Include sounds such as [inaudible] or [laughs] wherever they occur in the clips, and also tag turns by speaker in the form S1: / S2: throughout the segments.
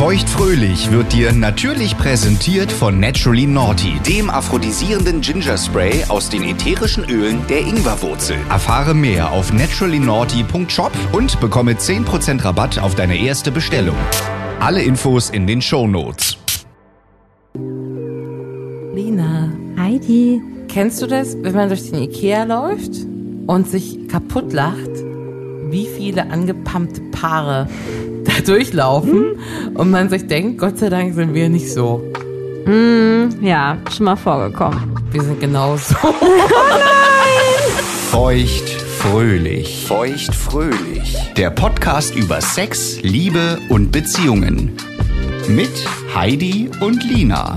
S1: Feuchtfröhlich wird dir natürlich präsentiert von Naturally Naughty, dem aphrodisierenden Ginger Spray aus den ätherischen Ölen der Ingwerwurzel. Erfahre mehr auf naturallynaughty.shop und bekomme 10% Rabatt auf deine erste Bestellung. Alle Infos in den Shownotes.
S2: Lina,
S3: Heidi,
S2: kennst du das, wenn man durch den Ikea läuft und sich kaputt lacht, wie viele angepammte Paare [laughs] da durchlaufen und man sich denkt, Gott sei Dank sind wir nicht so.
S3: ja, schon mal vorgekommen.
S2: Wir sind genau genauso.
S1: Feuchtfröhlich. Feuchtfröhlich. Der Podcast über Sex, Liebe und Beziehungen. Mit Heidi und Lina.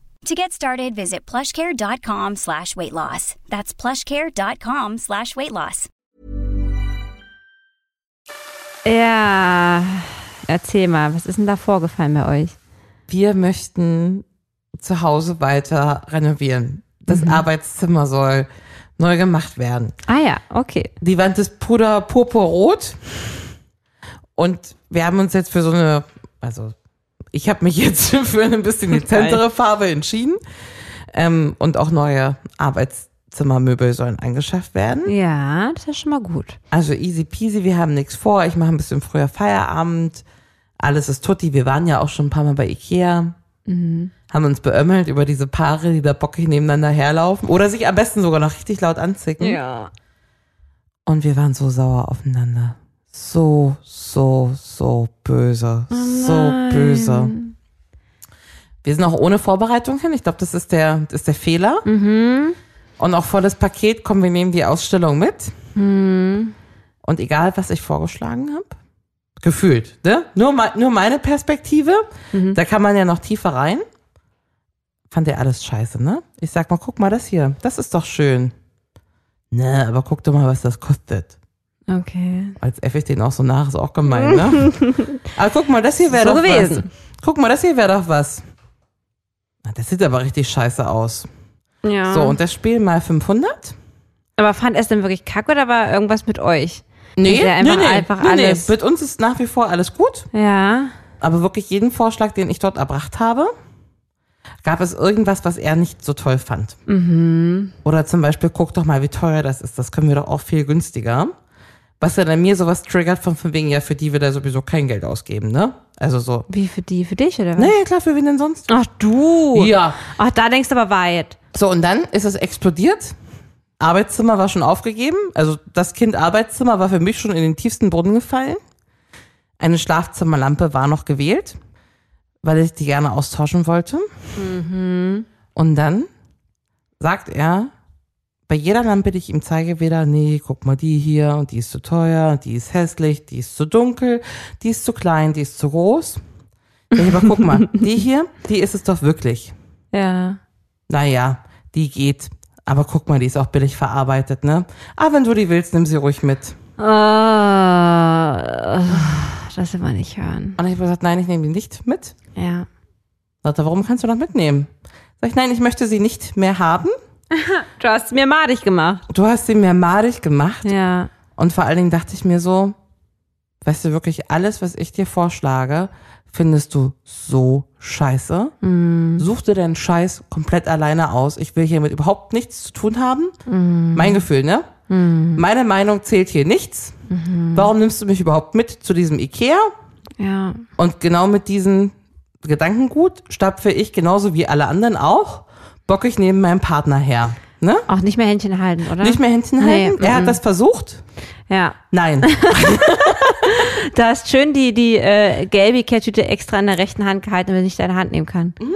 S4: To get started, visit plushcare.com slash weight loss. That's plushcare.com slash weight loss.
S3: Ja, erzähl mal, was ist denn da vorgefallen bei euch?
S2: Wir möchten zu Hause weiter renovieren. Das Arbeitszimmer soll neu gemacht werden.
S3: Ah ja, okay.
S2: Die Wand ist puder purpurrot. Und wir haben uns jetzt für so eine, also ich habe mich [laughs] jetzt für eine bisschen dezentere Farbe entschieden. Ähm, und auch neue Arbeitszimmermöbel sollen angeschafft werden.
S3: Ja, das ist schon mal gut.
S2: Also easy peasy, wir haben nichts vor. Ich mache ein bisschen früher Feierabend. Alles ist tutti. Wir waren ja auch schon ein paar Mal bei Ikea. Haben uns beömmelt über diese Paare, die da bockig nebeneinander herlaufen. Oder sich am besten sogar noch richtig laut anzicken.
S3: Ja.
S2: Und wir waren so sauer aufeinander. So, so, so böse.
S3: Oh
S2: so böse. Wir sind auch ohne Vorbereitung hin. Ich glaube, das ist der, das ist der Fehler.
S3: Mhm.
S2: Und auch vor das Paket kommen wir nehmen die Ausstellung mit.
S3: Mhm.
S2: Und egal, was ich vorgeschlagen habe, gefühlt, ne? Nur, me- nur meine Perspektive,
S3: Mhm.
S2: da kann man ja noch tiefer rein. Fand er alles scheiße, ne? Ich sag mal, guck mal das hier. Das ist doch schön. Ne, aber guck doch mal, was das kostet.
S3: Okay.
S2: Als F ich den auch so nach, ist auch gemein,
S3: [laughs]
S2: ne? Aber guck mal, das hier wäre
S3: So
S2: doch
S3: gewesen.
S2: was. Guck mal, das hier wäre doch was. Na, Das sieht aber richtig scheiße aus.
S3: Ja.
S2: So, und das Spiel mal 500?
S3: Aber fand er es denn wirklich kacke oder war irgendwas mit euch?
S2: Nee,
S3: Ist ja einfach- einfach alles.
S2: Mit uns ist nach wie vor alles gut.
S3: Ja.
S2: Aber wirklich jeden Vorschlag, den ich dort erbracht habe, gab es irgendwas, was er nicht so toll fand. Oder zum Beispiel, guck doch mal, wie teuer das ist. Das können wir doch auch viel günstiger. Was ja dann mir sowas triggert von, von wegen, ja, für die wir da sowieso kein Geld ausgeben, ne? Also so.
S3: Wie für die, für dich oder was?
S2: Nee, klar, für wen denn sonst?
S3: Ach du.
S2: Ja.
S3: Ach, da denkst du aber weit.
S2: So, und dann ist es explodiert. Arbeitszimmer war schon aufgegeben. Also das Kind Arbeitszimmer war für mich schon in den tiefsten Brunnen gefallen. Eine Schlafzimmerlampe war noch gewählt, weil ich die gerne austauschen wollte. Und dann sagt er bei jeder Lampe, die ich ihm zeige, wieder, nee, guck mal die hier, und die ist zu teuer, die ist hässlich, die ist zu dunkel, die ist zu klein, die ist zu groß. Sag Ich aber guck mal, die hier, die ist es doch wirklich
S3: Ja.
S2: naja, die geht. Aber guck mal, die ist auch billig Ah, verarbeitet, ne? Aber wenn du die willst, nimm sie ruhig mit.
S3: Ah, das will man nicht hören.
S2: Und ich habe gesagt, nein, ich nehme die nicht mit.
S3: Ja.
S2: Sagt er, warum kannst du das mitnehmen? Sag ich, nein, ich möchte sie nicht mehr haben.
S3: Du hast mir madig gemacht.
S2: Du hast sie mir madig gemacht.
S3: Ja.
S2: Und vor allen Dingen dachte ich mir so, weißt du wirklich, alles, was ich dir vorschlage, findest du so scheiße.
S3: Mhm.
S2: Such dir deinen Scheiß komplett alleine aus. Ich will hiermit überhaupt nichts zu tun haben.
S3: Mhm.
S2: Mein Gefühl, ne? Meine Meinung zählt hier nichts.
S3: Mhm.
S2: Warum nimmst du mich überhaupt mit zu diesem Ikea?
S3: Ja.
S2: Und genau mit diesem Gedankengut stapfe ich genauso wie alle anderen auch, bocke ich neben meinem Partner her. Ne?
S3: Auch nicht mehr Händchen halten, oder?
S2: Nicht mehr Händchen
S3: Nee,
S2: halten. er
S3: mhm.
S2: hat das versucht.
S3: Ja.
S2: Nein.
S3: Du hast schön die, die äh, gelbe Ikea-Tüte extra in der rechten Hand gehalten, damit ich deine Hand nehmen kann.
S2: Mhm.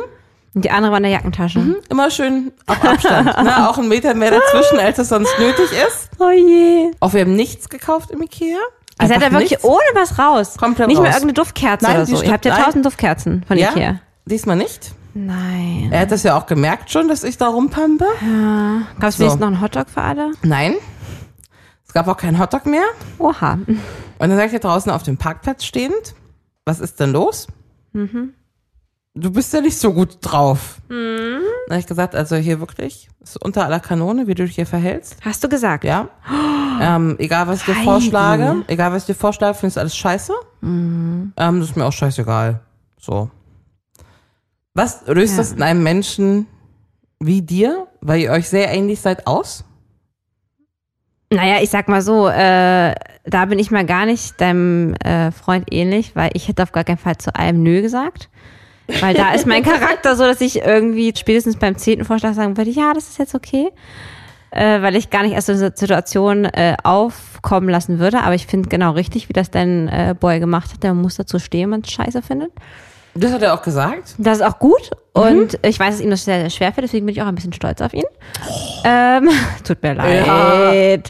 S3: Und die andere war in der Jackentasche.
S2: immer schön auf Abstand.
S3: [laughs]
S2: ne? Auch einen Meter mehr dazwischen, als es sonst nötig ist.
S3: Oh je. Also
S2: Auch wir haben nichts gekauft im Ikea.
S3: Ihr seid
S2: Einfach
S3: da wirklich
S2: nichts.
S3: ohne was raus.
S2: Komplett
S3: nicht mehr
S2: raus.
S3: irgendeine Duftkerze
S2: Nein,
S3: oder
S2: die
S3: so. Ihr
S2: stimmt.
S3: habt ja
S2: Nein.
S3: tausend Duftkerzen von
S2: ja?
S3: Ikea.
S2: Diesmal nicht.
S3: Nein.
S2: Er hat das ja auch gemerkt schon, dass ich da rumpampe.
S3: Gab es
S2: So.
S3: wenigstens noch einen Hotdog für alle?
S2: Nein. Es gab auch keinen Hotdog mehr.
S3: Oha.
S2: Und dann sagt er draußen auf dem Parkplatz stehend, was ist denn los?
S3: Mhm.
S2: Du bist ja nicht so gut drauf. Mhm. Dann habe ich gesagt, also hier wirklich, ist unter aller Kanone, wie du dich hier verhältst.
S3: Hast du gesagt? [gasps]
S2: Ja. Ähm, egal, was ich dir
S3: Heidi.
S2: vorschlage, egal, was ich dir vorschlage, findest du alles scheiße.
S3: Mhm.
S2: Ähm, das ist mir auch scheißegal. So. Was löst das in einem Menschen wie dir, weil ihr euch sehr ähnlich seid, aus?
S3: Naja, ich sag mal so, äh, da bin ich mal gar nicht deinem äh, Freund ähnlich, weil ich hätte auf gar keinen Fall zu allem Nö gesagt. Weil da ist mein Charakter so, dass ich irgendwie spätestens beim zehnten Vorschlag sagen würde, ja, das ist jetzt okay. Äh, weil ich gar nicht erst so eine Situation äh, aufkommen lassen würde. Aber ich finde genau richtig, wie das dein äh, Boy gemacht hat. Der muss dazu stehen, wenn man es scheiße findet.
S2: Das hat er auch gesagt.
S3: Das ist auch gut. Und ich weiß, dass ihm das sehr, sehr schwer fällt, deswegen bin ich auch ein bisschen stolz auf ihn. Ähm, [laughs] tut mir leid.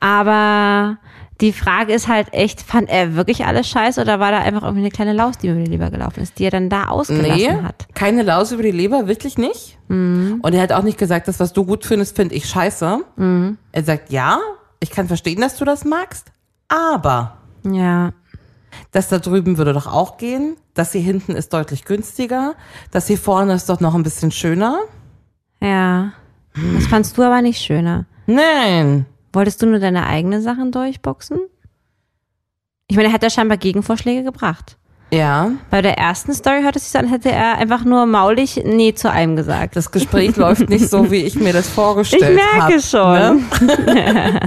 S3: Aber die Frage ist halt echt, fand er wirklich alles scheiße oder war da einfach irgendwie eine kleine Laus, die mir lieber gelaufen ist, die er dann da ausgelassen
S2: Nee,
S3: hat? Mhm.
S2: keine Laus über die Leber, wirklich nicht. Und er hat auch nicht gesagt, das, was du gut findest, finde ich scheiße.
S3: Mhm.
S2: Er sagt, ja, ich kann verstehen, dass du das magst, aber
S3: Ja.
S2: Das da drüben würde doch auch gehen. Das hier hinten ist deutlich günstiger. Das hier vorne ist doch noch ein bisschen schöner.
S3: Ja. Das fandst du aber nicht schöner.
S2: Nein.
S3: Wolltest du nur deine eigenen Sachen durchboxen? Ich meine, er hat ja scheinbar Gegenvorschläge gebracht.
S2: Ja,
S3: Bei der ersten Story hört es sich so an, hätte er einfach nur maulig Nee zu allem gesagt.
S2: das
S3: [laughs]
S2: Gespräch läuft nicht so, wie ich mir das vorgestellt
S3: Ich
S2: habe.
S3: merke schon.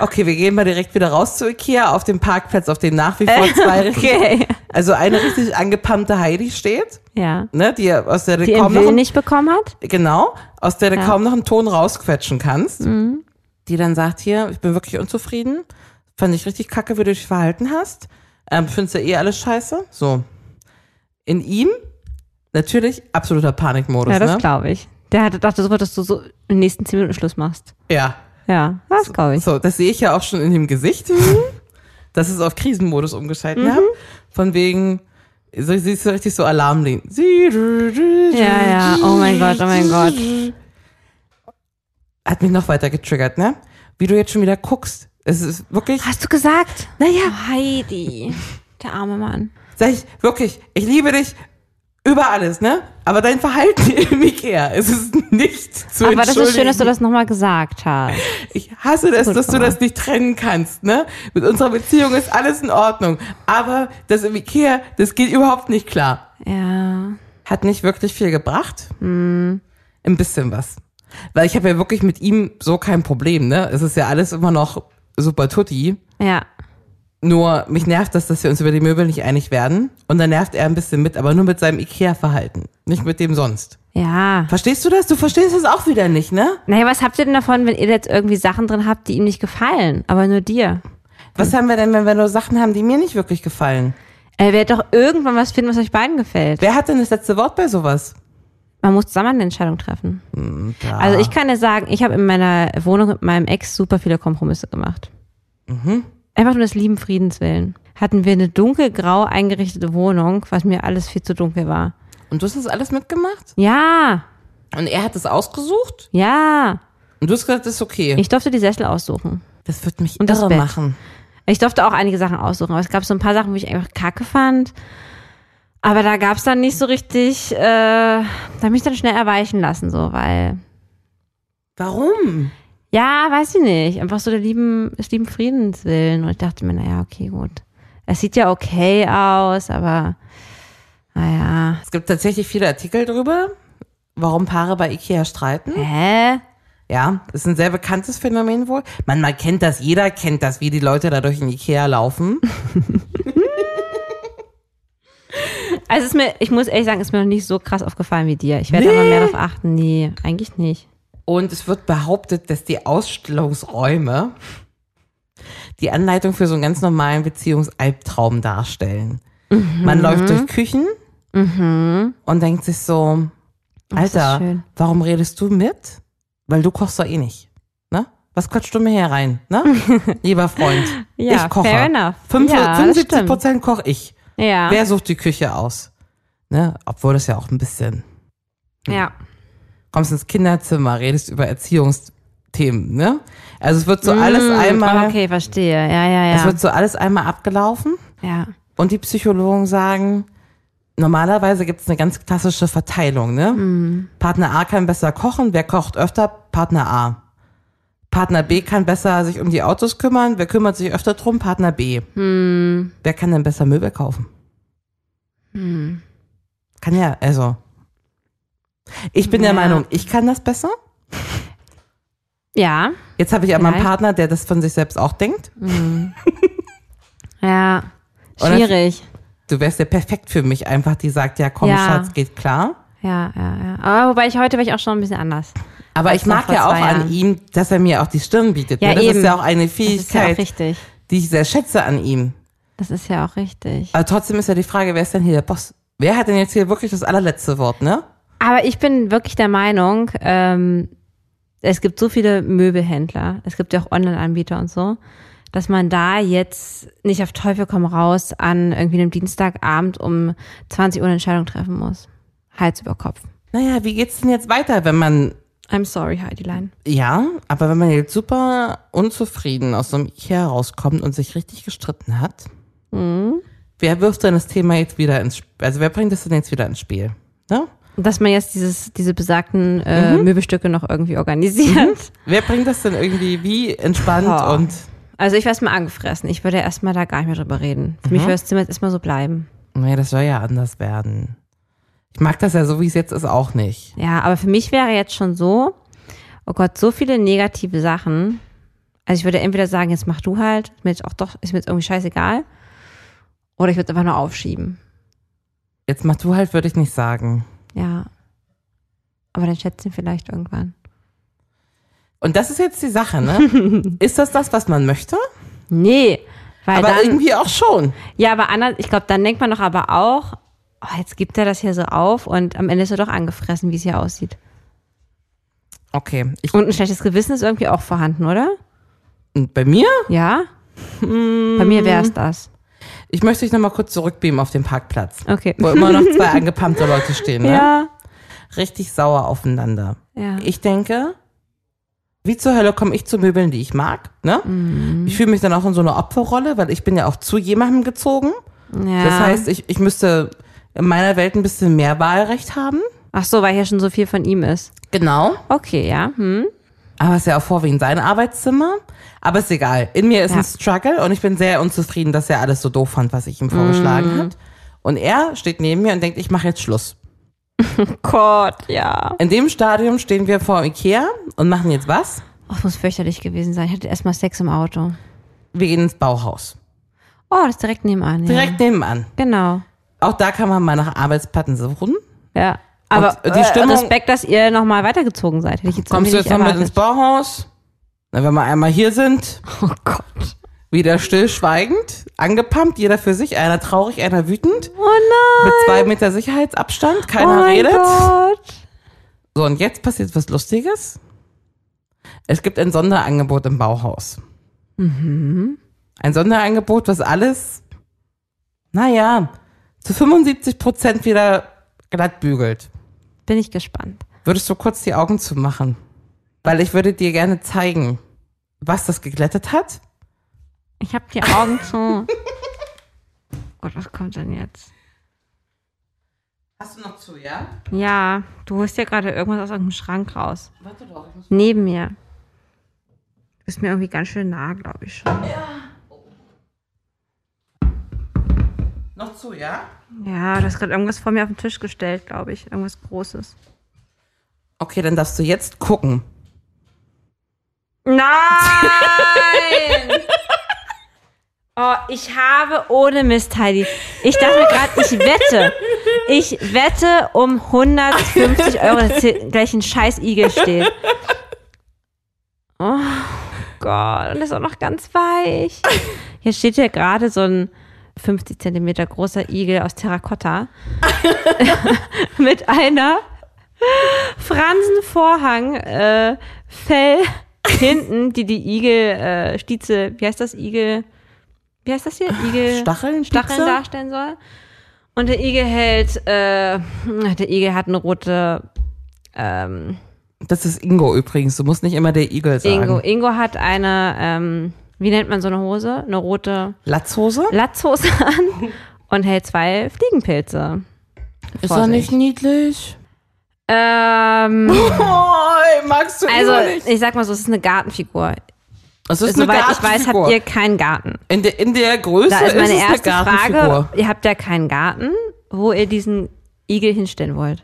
S2: Okay, wir gehen mal direkt wieder raus zu Ikea auf dem Parkplatz, auf dem nach wie vor
S3: [laughs]
S2: zwei
S3: Okay.
S2: richtig, also eine richtig angepammte Heidi steht,
S3: Ja.
S2: ne, die aus der du
S3: Die
S2: kaum
S3: er
S2: noch
S3: Will
S2: einen-
S3: nicht bekommen hat?
S2: genau, aus der du kaum noch einen Ton rausquetschen kannst,
S3: Mhm.
S2: die dann sagt hier, ich bin wirklich unzufrieden, fand ich richtig kacke, wie du dich verhalten hast, ähm, findest du eh alles scheiße, so. In ihm natürlich absoluter Panikmodus,
S3: Ja, das
S2: ne?
S3: glaube ich. Der hatte, dachte sofort, dass du so in den nächsten zehn Minuten Schluss machst.
S2: Ja.
S3: Ja, das glaube ich. Mhm.
S2: So, das sehe ich ja auch schon in dem Gesicht, [laughs] dass es auf Krisenmodus umgeschalten hat. Von wegen, so, siehst du richtig so Alarmlehnen.
S3: Ja, ja. Oh mein Gott, oh mein Gott.
S2: Hat mich noch weiter getriggert, ne? Wie du jetzt schon wieder guckst. Es ist wirklich,
S3: Hast du gesagt? Naja. Oh, Heidi. Der arme Mann.
S2: sag ich, wirklich, ich liebe dich über alles, ne? Aber dein Verhalten [laughs] im Ikea, es ist nicht zu
S3: Aber das ist schön,
S2: entschuldigen.
S3: dass du das nochmal gesagt hast.
S2: Ich hasse das,
S3: Gut
S2: dass du
S3: gemacht.
S2: das nicht trennen kannst, ne? Mit unserer Beziehung ist alles in Ordnung. Aber das im Ikea, das geht überhaupt nicht klar.
S3: Ja.
S2: Hat nicht wirklich viel gebracht.
S3: Hm.
S2: Ein bisschen was. Weil ich habe ja wirklich mit ihm so kein Problem, ne? Es ist ja alles immer noch super tutti.
S3: Ja.
S2: Nur mich nervt das, dass wir uns über die Möbel nicht einig werden. Und dann nervt er ein bisschen mit, aber nur mit seinem Ikea-Verhalten. Nicht mit dem sonst.
S3: Ja.
S2: Verstehst du das? Du verstehst das auch wieder nicht, ne?
S3: Naja, was habt ihr denn davon, wenn ihr jetzt irgendwie Sachen drin habt, die ihm nicht gefallen, aber nur dir?
S2: Was haben wir denn, wenn wir nur Sachen haben, die mir nicht wirklich gefallen?
S3: Er wird doch irgendwann was finden, was euch beiden gefällt.
S2: Wer hat denn das letzte Wort bei sowas?
S3: Man muss zusammen eine Entscheidung treffen. Also ich kann dir sagen, ich habe in meiner Wohnung mit meinem Ex super viele Kompromisse gemacht. Einfach nur des lieben Friedens willen. Hatten wir eine dunkelgrau eingerichtete Wohnung, was mir alles viel zu dunkel war.
S2: Und du hast das alles mitgemacht?
S3: Ja,
S2: Und er hat es ausgesucht?
S3: ja.
S2: Und du hast gesagt, das ist okay.
S3: Ich durfte die Sessel aussuchen.
S2: das wird mich
S3: Und das
S2: irre
S3: Bett.
S2: machen.
S3: Ich durfte auch einige Sachen aussuchen, aber es gab so ein paar Sachen, wo ich einfach kacke fand. Aber da gab es dann nicht so richtig, äh, da hab ich mich dann schnell erweichen lassen, so, weil,
S2: Warum?
S3: ja, weiß ich nicht, einfach so der lieben, des lieben Friedens willen. Und ich dachte mir, naja, okay, gut. Es sieht ja okay aus, aber, naja,
S2: Es gibt tatsächlich viele Artikel drüber, warum Paare bei Ikea streiten.
S3: hä?
S2: Ja, ist ein sehr bekanntes Phänomen wohl. Man, man kennt das, jeder kennt das, wie die Leute da durch den Ikea laufen.
S3: Also es ist mir, ich muss ehrlich sagen, ist mir noch nicht so krass aufgefallen wie dir. Ich werde aber mehr darauf achten. Nee, eigentlich nicht.
S2: Und es wird behauptet, dass die Ausstellungsräume die Anleitung für so einen ganz normalen Beziehungsalbtraum darstellen.
S3: Mhm.
S2: Man läuft durch Küchen und denkt sich so,
S3: ist Mhm. das
S2: Alter,
S3: schön.
S2: warum redest du mit? Weil du kochst doch eh nicht. Ne? Was quatscht du mir hier rein?
S3: [laughs]
S2: Ne? Lieber Freund,
S3: Ja,
S2: ich koche.
S3: fair enough.
S2: Fünf-
S3: Ja, das
S2: 75
S3: stimmt.
S2: Prozent koche ich.
S3: Ja.
S2: Wer sucht die Küche aus? Ne? Obwohl das ja auch ein bisschen
S3: ja.
S2: kommst ins Kinderzimmer, redest über Erziehungsthemen, ne? Also es wird so alles einmal,
S3: Mm, Hm, Okay, verstehe. Ja,
S2: es
S3: ja, ja.
S2: wird so alles einmal abgelaufen
S3: Ja.
S2: und die Psychologen sagen, normalerweise gibt es eine ganz klassische Verteilung, ne?
S3: Mm.
S2: Partner A kann besser kochen, wer kocht öfter? Partner A. Partner B kann besser sich um die Autos kümmern, wer kümmert sich öfter drum? Partner B.
S3: Hm,
S2: Wer kann denn besser Möbel kaufen?
S3: Mm.
S2: Kann ja, also. Ich bin der
S3: Ja.
S2: Meinung, ich kann das besser.
S3: Ja.
S2: Jetzt habe ich aber einen
S3: Vielleicht.
S2: Partner, der das von sich selbst auch denkt.
S3: Ja.
S2: Oder-
S3: Schwierig.
S2: Du wärst ja perfekt für mich, einfach die sagt, ja komm,
S3: Ja.
S2: Schatz, geht klar.
S3: Ja, ja, ja. Aber wobei ich heute war ich auch schon ein bisschen anders.
S2: Aber
S3: Als
S2: ich mag
S3: noch vor
S2: ja auch
S3: zwei
S2: an
S3: Jahren.
S2: ihm, dass er mir auch die Stirn bietet.
S3: Ja,
S2: ne? das
S3: eben.
S2: ist ja auch eine
S3: Das ist ja auch
S2: Fähigkeit,
S3: richtig.
S2: die ich sehr schätze an ihm.
S3: Das ist ja auch richtig.
S2: Aber trotzdem ist ja die Frage, wer ist denn hier der Boss? Wer hat denn jetzt hier wirklich das allerletzte Wort, ne?
S3: Aber ich bin wirklich der Meinung, ähm, es gibt so viele Möbelhändler, es gibt ja auch Online-Anbieter und so, dass man da jetzt nicht auf Teufel komm raus an irgendwie einem Dienstagabend um 20 Uhr eine Entscheidung treffen muss. Hals über Kopf.
S2: Naja, wie geht's denn jetzt weiter, wenn man,
S3: I'm sorry, Heidilein.
S2: ja, aber wenn man jetzt super unzufrieden aus so einem Ikea rauskommt und sich richtig gestritten hat,
S3: Mhm.
S2: wer wirft denn das Thema jetzt wieder ins, Sp- also wer bringt das denn jetzt wieder ins Spiel, ne?
S3: Dass man jetzt dieses, diese besagten äh, Möbelstücke noch irgendwie organisiert.
S2: Wer bringt das denn irgendwie wie entspannt
S3: Boah.
S2: und
S3: Also ich wär's mal angefressen. Ich würde ja erstmal da gar nicht mehr drüber reden. Für mich würde das Zimmer jetzt erstmal so bleiben.
S2: nee, das soll ja anders werden. Ich mag das ja so wie es jetzt ist auch nicht.
S3: Ja, aber für mich wäre jetzt schon so, oh Gott, so viele negative Sachen. Also ich würde entweder sagen, jetzt mach du halt, ist mir jetzt auch doch, ist mir jetzt irgendwie scheißegal. Oder ich würde es einfach nur aufschieben.
S2: Jetzt mach du halt, würde ich nicht sagen.
S3: Ja. Aber dann schätzt ihn vielleicht irgendwann.
S2: Und das ist jetzt die Sache,
S3: [laughs]
S2: ne? ist das das, was man möchte?
S3: Nee. Weil
S2: Aber
S3: dann,
S2: irgendwie auch schon.
S3: ja, aber anders, ich glaube, dann denkt man doch aber auch, oh, jetzt gibt er das hier so auf und am Ende ist er doch angefressen, wie es hier aussieht.
S2: Okay, ich,
S3: Und ein schlechtes Gewissen ist irgendwie auch vorhanden, oder?
S2: und bei mir?
S3: Ja?
S2: Hm.
S3: Bei mir wäre es das.
S2: Ich möchte dich nochmal kurz zurückbeamen auf den Parkplatz.
S3: Okay.
S2: Wo immer noch
S3: [laughs]
S2: zwei angepammte Leute stehen, ne?
S3: Ja.
S2: Richtig sauer aufeinander.
S3: Ja.
S2: Ich denke, wie zur Hölle komme ich zu Möbeln, die ich mag, ne?
S3: Mhm.
S2: Ich fühle mich dann auch in so einer Opferrolle, weil ich bin ja auch zu jemandem gezogen.
S3: ja.
S2: Das heißt, ich, ich müsste in meiner Welt ein bisschen mehr Wahlrecht haben.
S3: Ach so, weil hier schon so viel von ihm ist.
S2: Genau.
S3: Okay, ja. Hm.
S2: Aber es ist ja auch vorwiegend sein Arbeitszimmer. Aber ist egal. In mir ist
S3: Ja.
S2: ein Struggle und ich bin sehr unzufrieden, dass er alles so doof fand, was ich ihm
S3: Mhm.
S2: vorgeschlagen hat. Und er steht neben mir und denkt, ich mache jetzt Schluss. Oh
S3: Gott, ja.
S2: In dem Stadium stehen wir vor Ikea und machen jetzt was?
S3: Oh, es muss fürchterlich gewesen sein. Ich hatte erstmal Sex im Auto.
S2: Wir gehen ins Bauhaus.
S3: Oh, das ist direkt nebenan.
S2: Direkt
S3: ja.
S2: nebenan.
S3: Genau.
S2: Auch da kann man mal nach Arbeitsplatten suchen.
S3: Ja. Aber
S2: Und die Stimmung-
S3: äh, Respekt, dass ihr nochmal weitergezogen seid. Hätte ich jetzt
S2: Kommst du jetzt
S3: irgendwie
S2: noch mit ins
S3: nicht
S2: Bauhaus? Na, wenn wir einmal hier sind,
S3: erwartet. Oh Gott.
S2: Wieder stillschweigend, angepumpt, jeder für sich, einer traurig, einer wütend,
S3: Oh nein.
S2: mit zwei Meter Sicherheitsabstand,
S3: oh
S2: keiner
S3: mein
S2: redet.
S3: Gott.
S2: So, und jetzt passiert was Lustiges. Es gibt ein Sonderangebot im Bauhaus.
S3: Mhm.
S2: Ein Sonderangebot, was alles, naja, zu 75 Prozent wieder glatt bügelt.
S3: Bin ich gespannt.
S2: Würdest du kurz die Augen zumachen? Weil ich würde dir gerne zeigen, was das geglättet hat
S3: Ich hab die Augen
S2: [laughs]
S3: zu. Oh Gott, was kommt denn jetzt?
S2: Hast du noch zu, ja?
S3: Ja, du holst dir gerade irgendwas aus irgendeinem Schrank raus.
S2: Warte doch, ich muss.
S3: Neben mir. Du bist mir irgendwie ganz schön nah, glaube ich schon.
S2: Noch zu, ja?
S3: Ja, du hast gerade irgendwas vor mir auf den Tisch gestellt, glaube ich. Irgendwas Großes.
S2: Okay, dann darfst du jetzt gucken.
S3: Nein! [laughs] Oh, ich habe ohne Mist, Heidi. Ich dachte mir gerade, ich wette. Ich wette um 150 Euro, dass hier gleich ein scheiß Igel steht. Oh Gott, und ist auch noch ganz weich. [laughs] Hier steht ja gerade so ein 50 Zentimeter großer Igel aus [laughs] Terrakotta mit einer Fransenvorhang, äh, Fell hinten, die die Igel, äh, Stieze, wie heißt das Igel? Wie heißt das hier? Igel.
S2: Stacheln?
S3: Stacheln
S2: Piekser?
S3: darstellen soll. Und der Igel hält, äh, der Igel hat eine rote, ähm,
S2: Das ist Ingo übrigens. Du musst nicht immer der Igel sagen.
S3: Ingo.
S2: Ingo.
S3: Ingo hat eine, ähm, wie nennt man so eine Hose? Eine rote
S2: Latzhose?
S3: Latzhose an und hält zwei Fliegenpilze.
S2: Ist
S3: Vorsicht.
S2: niedlich? [laughs]
S3: Ähm,
S2: Oh, ey, magst du
S3: also,
S2: Ingo nicht?
S3: ich sag mal so, es ist eine Gartenfigur.
S2: Es ist eine
S3: Soweit ich weiß,
S2: Gartenfigur.
S3: habt ihr keinen Garten.
S2: in, der- in der Größe
S3: Da ist meine
S2: es
S3: erste
S2: eine Gartenfigur.
S3: Frage. Ihr habt ja keinen Garten, wo ihr diesen Igel hinstellen wollt.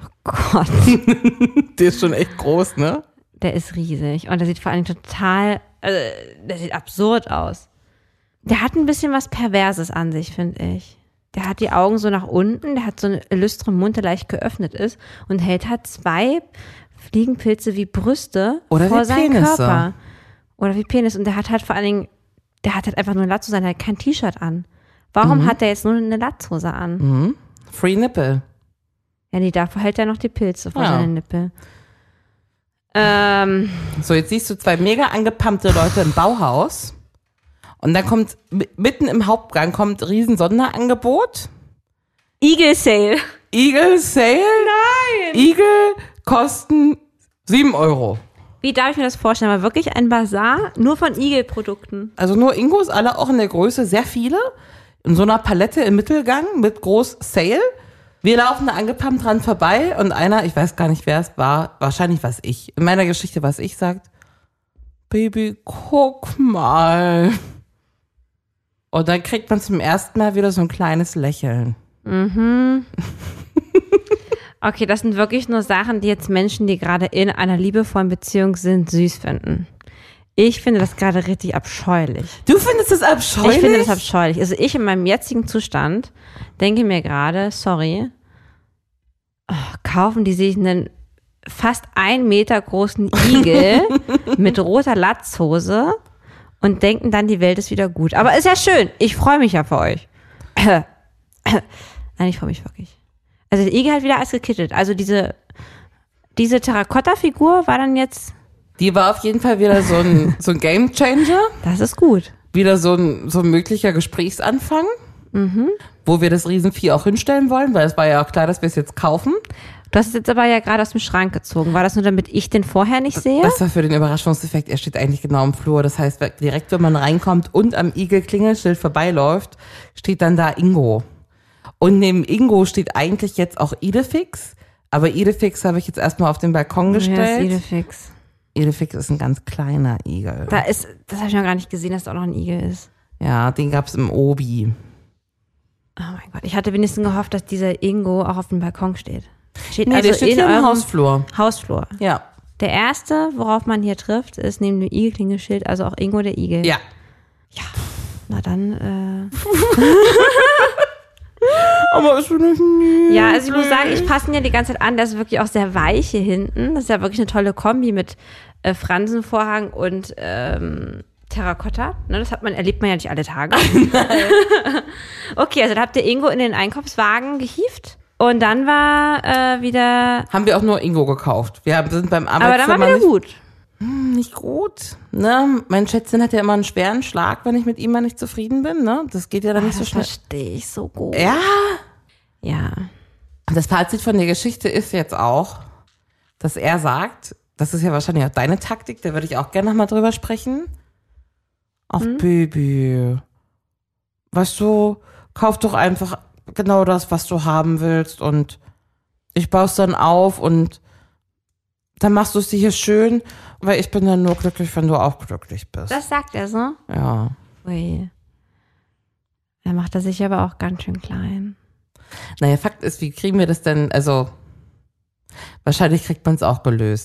S3: Oh Gott,
S2: Die ist schon echt groß, ne?
S3: der ist riesig. Und der sieht vor allem total, also, der sieht absurd aus. Der hat ein bisschen was Perverses an sich, finde ich. Der hat die Augen so nach unten, der hat so einen illustren Mund, der leicht geöffnet ist und hält hat zwei Fliegenpilze wie Brüste
S2: Oder
S3: vor
S2: wie
S3: seinem
S2: Penisse.
S3: Körper. Oder wie Penis. Und der hat halt vor allen Dingen, der hat halt einfach nur eine Latzhose an, der hat kein T-Shirt an.
S2: Mhm.
S3: Warum hat der jetzt nur eine Latzhose an?
S2: Free Nipple.
S3: Ja, nee, dafür hält er noch die Pilze vor
S2: Ja.
S3: seinen Nippel. Ähm,
S2: So, jetzt siehst du zwei mega angepumpte Leute im Bauhaus. Und dann kommt mi- mitten im Hauptgang kommt riesen Sonderangebot.
S3: Eagle Sale.
S2: Eagle Sale. Nein. Eagle kosten 7 Euro.
S3: Wie darf ich mir das vorstellen? War wirklich ein Bazar nur von Eagle-Produkten.
S2: Also nur Ingos, alle auch in der Größe, sehr viele. In so einer Palette im Mittelgang mit groß Sale. Wir laufen da angepumpt dran vorbei und einer, ich weiß gar nicht, wer es war, wahrscheinlich was ich. In meiner Geschichte was ich sagt, Baby, guck mal. Und dann kriegt man zum ersten Mal wieder so ein kleines Lächeln.
S3: Okay, das sind wirklich nur Sachen, die jetzt Menschen, die gerade in einer liebevollen Beziehung sind, süß finden. Ich finde das gerade richtig abscheulich.
S2: Du findest es abscheulich?
S3: Ich finde das abscheulich. Also ich in meinem jetzigen Zustand denke mir gerade, sorry, oh, kaufen die sich einen fast ein Meter großen
S2: [laughs]
S3: Igel mit roter Latzhose und denken dann, die Welt ist wieder gut. Aber ist ja schön. Ich freue mich ja für euch. [coughs] Nein, ich freue mich wirklich. Also der Igel hat wieder alles gekittelt. Also diese, diese Terrakotta-Figur war dann jetzt,
S2: Die war auf jeden Fall wieder so ein, so ein Game Changer.
S3: das ist gut.
S2: wieder so ein, so ein möglicher Gesprächsanfang,
S3: Mhm.
S2: wo wir das Riesenvieh auch hinstellen wollen, weil es war ja auch klar, dass wir es jetzt kaufen.
S3: Du hast es jetzt aber ja gerade aus dem Schrank gezogen. War das nur, damit ich den vorher nicht sehe?
S2: Das war für den Überraschungseffekt, er steht eigentlich genau im Flur. Das heißt, direkt wenn man reinkommt und am Igel-Klingelschild vorbeiläuft, steht dann da Ingo. Und neben Ingo steht eigentlich jetzt auch Idefix. Aber Idefix habe ich jetzt erstmal auf den Balkon
S3: Ja, ist
S2: gestellt.
S3: Idefix.
S2: Idefix ist ein ganz kleiner Igel.
S3: Da ist, das habe ich noch gar nicht gesehen, dass da auch noch ein Igel ist.
S2: Ja, den gab es im Obi.
S3: Oh mein Gott, ich hatte wenigstens gehofft, dass dieser Ingo auch auf dem Balkon steht. Steht
S2: Nee,
S3: also
S2: Ah, der steht
S3: in
S2: hier im
S3: eurem
S2: Hausflur.
S3: Hausflur.
S2: Ja.
S3: Der erste, worauf man hier trifft, ist neben dem Igelklingelschild, also auch Ingo der Igel.
S2: Ja.
S3: Na dann,
S2: äh.
S3: [laughs]
S2: Aber ist schon nicht.
S3: äh, ja, also ich muss sagen, ich passe ihn ja die ganze Zeit an. Der ist wirklich auch sehr weich hier hinten. Das ist ja wirklich eine tolle Kombi mit äh, Fransenvorhang und ähm, Terrakotta. Ne, das hat man, erlebt man ja nicht
S2: [laughs]
S3: alle Tage. [laughs] okay, also da habt ihr Ingo in den Einkaufswagen gehievt. Und dann war äh, wieder
S2: Haben wir auch nur Ingo gekauft. Wir sind beim
S3: Aber dann war wieder
S2: nicht,
S3: gut.
S2: nicht gut. Ne? Mein Schätzchen hat ja immer einen schweren Schlag, wenn ich mit ihm mal nicht zufrieden bin. Ne? Das geht ja dann nicht so schnell.
S3: verstehe ich so gut.
S2: Ja.
S3: Ja.
S2: Das Fazit von der Geschichte ist jetzt auch, dass er sagt, das ist ja wahrscheinlich auch deine Taktik, da würde ich auch gerne nochmal drüber sprechen. Ach, Baby. Weißt du, kauf doch einfach genau das, was du haben willst und ich baue es dann auf und dann machst du es dir hier schön, weil ich bin dann nur glücklich, wenn du auch glücklich bist.
S3: Das sagt er so.
S2: ja.
S3: Ui. Da macht er sich aber auch ganz schön klein.
S2: Naja, Fakt ist, wie kriegen wir das denn? Also, wahrscheinlich kriegt man es auch gelöst.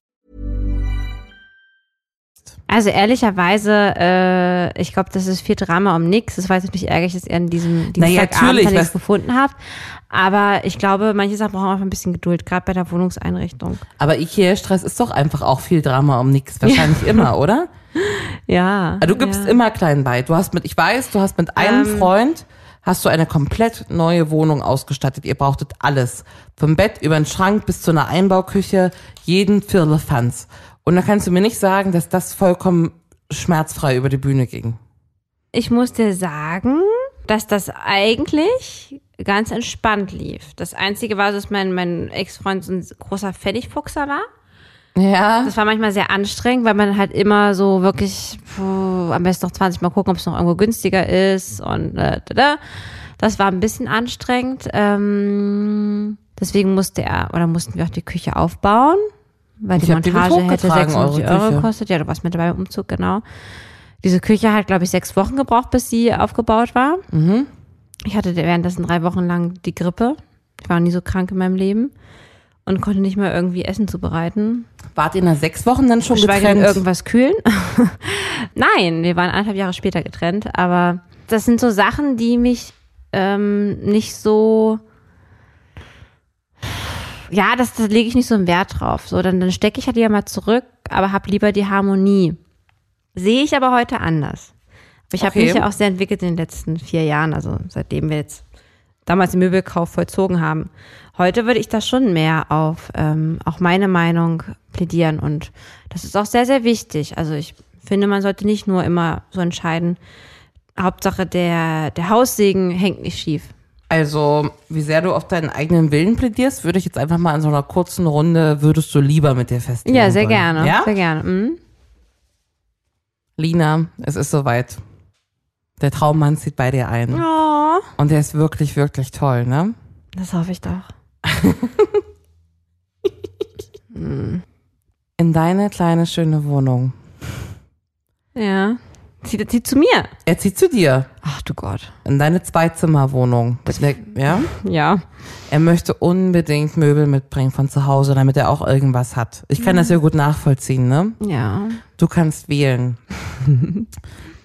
S3: Also ehrlicherweise, äh, ich glaube, das ist viel Drama um nichts. Das war jetzt nicht ärgerlich, dass ihr an
S2: Naja,
S3: diesem Dienstagabend
S2: natürlich,
S3: dann nichts
S2: was-
S3: gefunden habt. Aber ich glaube, manche Sachen brauchen einfach ein bisschen Geduld, gerade bei der Wohnungseinrichtung.
S2: Aber Ikea-Stress ist doch einfach auch viel Drama um nichts.
S5: [laughs]
S2: Wahrscheinlich immer, oder?
S3: Ja.
S2: Aber Ah, du gibst
S3: ja. Ähm.
S2: immer klein bei. Du hast mit, ich weiß, du hast mit einem Freund, hast du eine komplett neue Wohnung ausgestattet. Ihr brauchtet alles. Vom Bett über den Schrank bis zu einer Einbauküche, jeden Firlefanz. Und da kannst du mir nicht sagen, dass das vollkommen schmerzfrei über die Bühne ging.
S3: Ich muss dir sagen, dass das eigentlich ganz entspannt lief. Das Einzige war, dass mein, mein Ex-Freund so ein großer Pfennigfuchser war.
S2: Ja.
S3: Das war manchmal sehr anstrengend, weil man halt immer so wirklich puh, am besten noch 20 Mal gucken, ob es noch irgendwo günstiger ist und äh, da, da. Das war ein bisschen anstrengend. Ähm, deswegen musste er oder mussten wir auch die Küche aufbauen, weil die
S2: Ich hab die mit
S3: Montage hätte
S2: hochgetragen,
S3: 56
S2: eure
S3: Euro
S2: Küche.
S3: gekostet. Ja, du warst mit dabei im Umzug, genau. Diese Küche hat, glaube ich, sechs Wochen gebraucht, bis sie aufgebaut war.
S2: Mhm.
S3: Ich hatte währenddessen drei Wochen lang die Grippe. Ich war noch nie so krank in meinem Leben und konnte nicht mehr irgendwie Essen zubereiten.
S2: Wart ihr nach sechs Wochen dann schon
S3: Schweige denn
S2: getrennt?
S3: irgendwas kühlen? [laughs] Nein, wir waren anderthalb Jahre später getrennt, aber das sind so Sachen, die mich ähm, nicht so. Ja, das, das lege ich nicht so einen Wert drauf. So, dann, dann stecke ich halt wieder mal zurück, aber habe lieber die Harmonie. Sehe ich aber heute anders. Aber ich habe
S2: Okay.
S3: mich ja auch sehr entwickelt in den letzten vier Jahren, also seitdem wir jetzt damals den Möbelkauf vollzogen haben. Heute würde ich da schon mehr auf ähm, auch meine Meinung plädieren und das ist auch sehr, sehr wichtig. Also ich finde, man sollte nicht nur immer so entscheiden, Hauptsache der, der Haussegen hängt nicht schief.
S2: Also, wie sehr du auf deinen eigenen Willen plädierst, würde ich jetzt einfach mal in so einer kurzen Runde, würdest du lieber mit dir festlegen.
S3: Ja, sehr
S2: wollen.
S3: gerne.
S2: Ja?
S3: Sehr gerne. Mhm.
S2: Lina, es ist soweit. Der Traummann zieht bei dir ein.
S3: Oh,
S2: Und der ist wirklich, wirklich toll, ne?
S3: das hoffe ich [laughs] doch. Hm.
S2: In deine kleine, schöne Wohnung.
S3: Ja. Zieht zieht zu mir.
S2: Er zieht zu dir.
S3: Ach du Gott.
S2: In deine Zweizimmerwohnung. Mit der- Ja?
S3: Ja.
S2: Er möchte unbedingt Möbel mitbringen von zu Hause, damit er auch irgendwas hat. Ich kann das sehr gut nachvollziehen, ne?
S3: Ja.
S2: Du kannst wählen.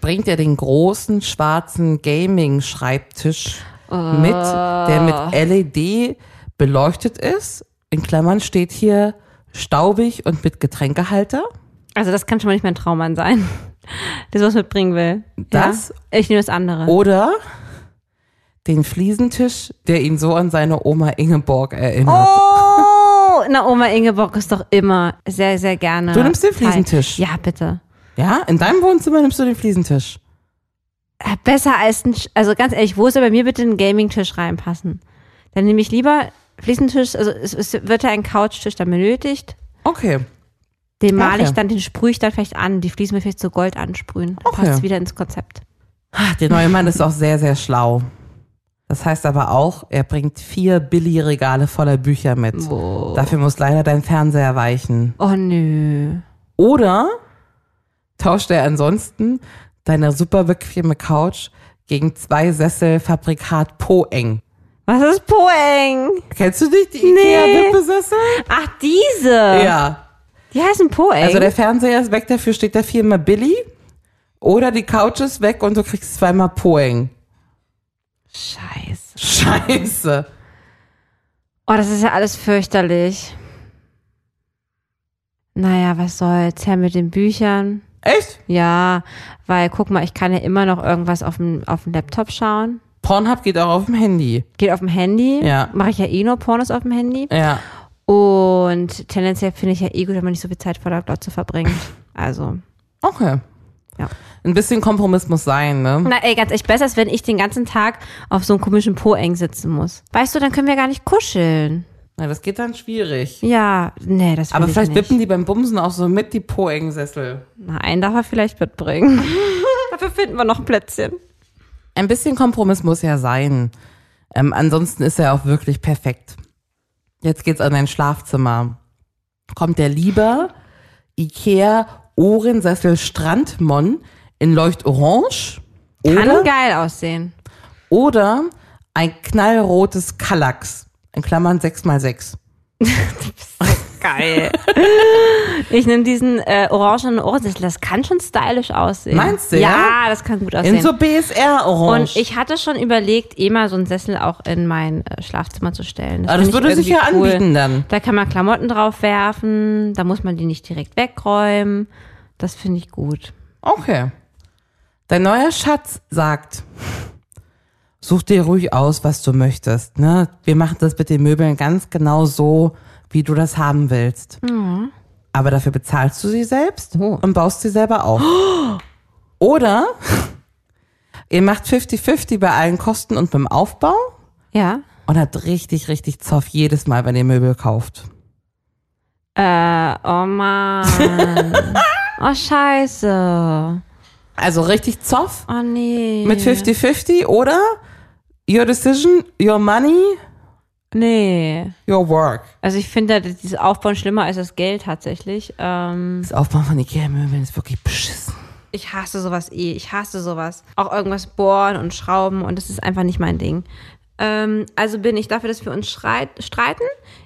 S2: Bringt er den großen schwarzen Gaming-Schreibtisch
S3: Äh,
S2: mit,
S3: Ah.
S2: der mit LED beleuchtet ist? In Klammern steht hier staubig und mit Getränkehalter.
S3: Also das kann schon mal nicht mein Traummann sein, der sowas mitbringen will.
S2: Das? Oh.
S3: Ja. Ich nehme das andere.
S2: Oder den Fliesentisch, der ihn so an seine Oma Ingeborg erinnert.
S3: Oh, na Oma Ingeborg ist doch immer sehr, sehr gerne.
S2: Du nimmst den
S3: Teil.
S2: Fliesentisch.
S3: Ja, bitte.
S2: Ja, in deinem Wohnzimmer nimmst du den Fliesentisch.
S3: Äh, Besser als ein, Sch- also ganz ehrlich, wo soll bei mir bitte ein Gaming-Tisch reinpassen? Dann nehme ich lieber Fliesentisch, also es, es wird ja ein Couchtisch dann benötigt.
S2: Okay.
S3: Den male ich
S2: Okay.
S3: dann, den sprühe ich dann vielleicht an. Die Fliesen mir vielleicht so Gold ansprühen. Dann
S2: Okay.
S3: Passt wieder ins Konzept.
S2: Ah, Der neue Mann ist auch sehr, sehr schlau. Das heißt aber auch, er bringt vier Billy-Regale voller Bücher mit. Dafür muss leider dein Fernseher weichen.
S3: Oh nö.
S2: Oder tauschte er ansonsten deine super bequeme Couch gegen zwei Sessel Fabrikat Poeng.
S3: Was ist Poeng?
S2: Kennst du nicht die Ikea-Wippesessel?
S3: Ach, diese.
S2: Ja.
S3: Die heißen Poeng.
S2: Also der Fernseher ist weg, dafür steht da viermal Billy. Oder die Couch ist weg und du kriegst zweimal Poeng.
S3: Scheiße.
S2: Scheiße.
S3: Oh, das ist ja alles fürchterlich. Naja, was soll's? Her mit den Büchern.
S2: Echt?
S3: Ja, weil guck mal, ich kann ja immer noch irgendwas auf dem, auf dem Laptop schauen.
S2: Pornhub geht auch auf dem Handy.
S3: Geht auf dem Handy.
S2: Ja.
S3: Mache ich ja eh nur Pornos auf dem Handy.
S2: Ja.
S3: Und tendenziell finde ich ja eh gut, wenn man nicht so viel Zeit vor der Glotze verbringt.
S2: [laughs]
S3: Also,
S2: Okay.
S3: ja.
S2: Ein bisschen Kompromiss muss sein, ne?
S3: Na ey, ganz echt besser, als wenn ich den ganzen Tag auf so einem komischen Poeng sitzen muss. Weißt du, dann können wir gar nicht kuscheln.
S2: Na, das geht dann schwierig.
S3: Ja, nee, das will
S2: Aber
S3: ich
S2: vielleicht
S3: nicht.
S2: wippen die beim Bumsen auch so mit die Poeng-Sessel.
S3: Na, einen darf er vielleicht
S2: [laughs]
S3: mitbringen. Dafür finden wir noch ein Plätzchen.
S2: Ein bisschen Kompromiss muss ja sein. Ähm, ansonsten ist er auch wirklich perfekt. Jetzt geht's an dein Schlafzimmer. Kommt der lieber Ikea Ohrensessel Strandmon in Leuchtorange
S3: Kann
S2: oder,
S3: geil aussehen.
S2: oder ein knallrotes Kallax. In Klammern 6x6.
S3: Geil. ich nehme diesen äh, orangenen Ohrensessel. Das kann schon stylisch aussehen.
S2: Meinst du,
S3: Ja,
S2: ja?
S3: das kann gut aussehen.
S2: In so BSR-Orange.
S3: und ich hatte schon überlegt, eh mal so einen Sessel auch in mein äh, Schlafzimmer zu stellen.
S2: Ah, das
S3: find ich
S2: würde sich
S3: irgendwie
S2: ja anbieten dann.
S3: Da kann man Klamotten drauf werfen, da muss man die nicht direkt wegräumen. Das finde ich gut.
S2: Okay. Dein neuer Schatz sagt, such dir ruhig aus, was du möchtest. Ne? Wir machen das mit den Möbeln ganz genau so, wie du das haben willst. Aber dafür bezahlst du sie selbst und baust sie selber auf. Oder ihr macht 50-50 bei allen Kosten und beim Aufbau
S3: Ja.
S2: und habt richtig, richtig Zoff jedes Mal, wenn ihr Möbel kauft.
S3: Äh, oh Mann. oh Scheiße.
S2: Also richtig Zoff
S3: Oh nee.
S2: mit 50-50 oder your decision, your money,
S3: Nee.
S2: your work.
S3: Also ich finde dass dieses Aufbauen schlimmer als das Geld tatsächlich. Ähm,
S2: Das Aufbauen von Ikea-Möbeln ist wirklich beschissen.
S3: ich hasse sowas eh. Ich hasse sowas. Auch irgendwas bohren und schrauben und das ist einfach nicht mein Ding. Ähm, also bin ich dafür, dass wir uns schreit, streiten.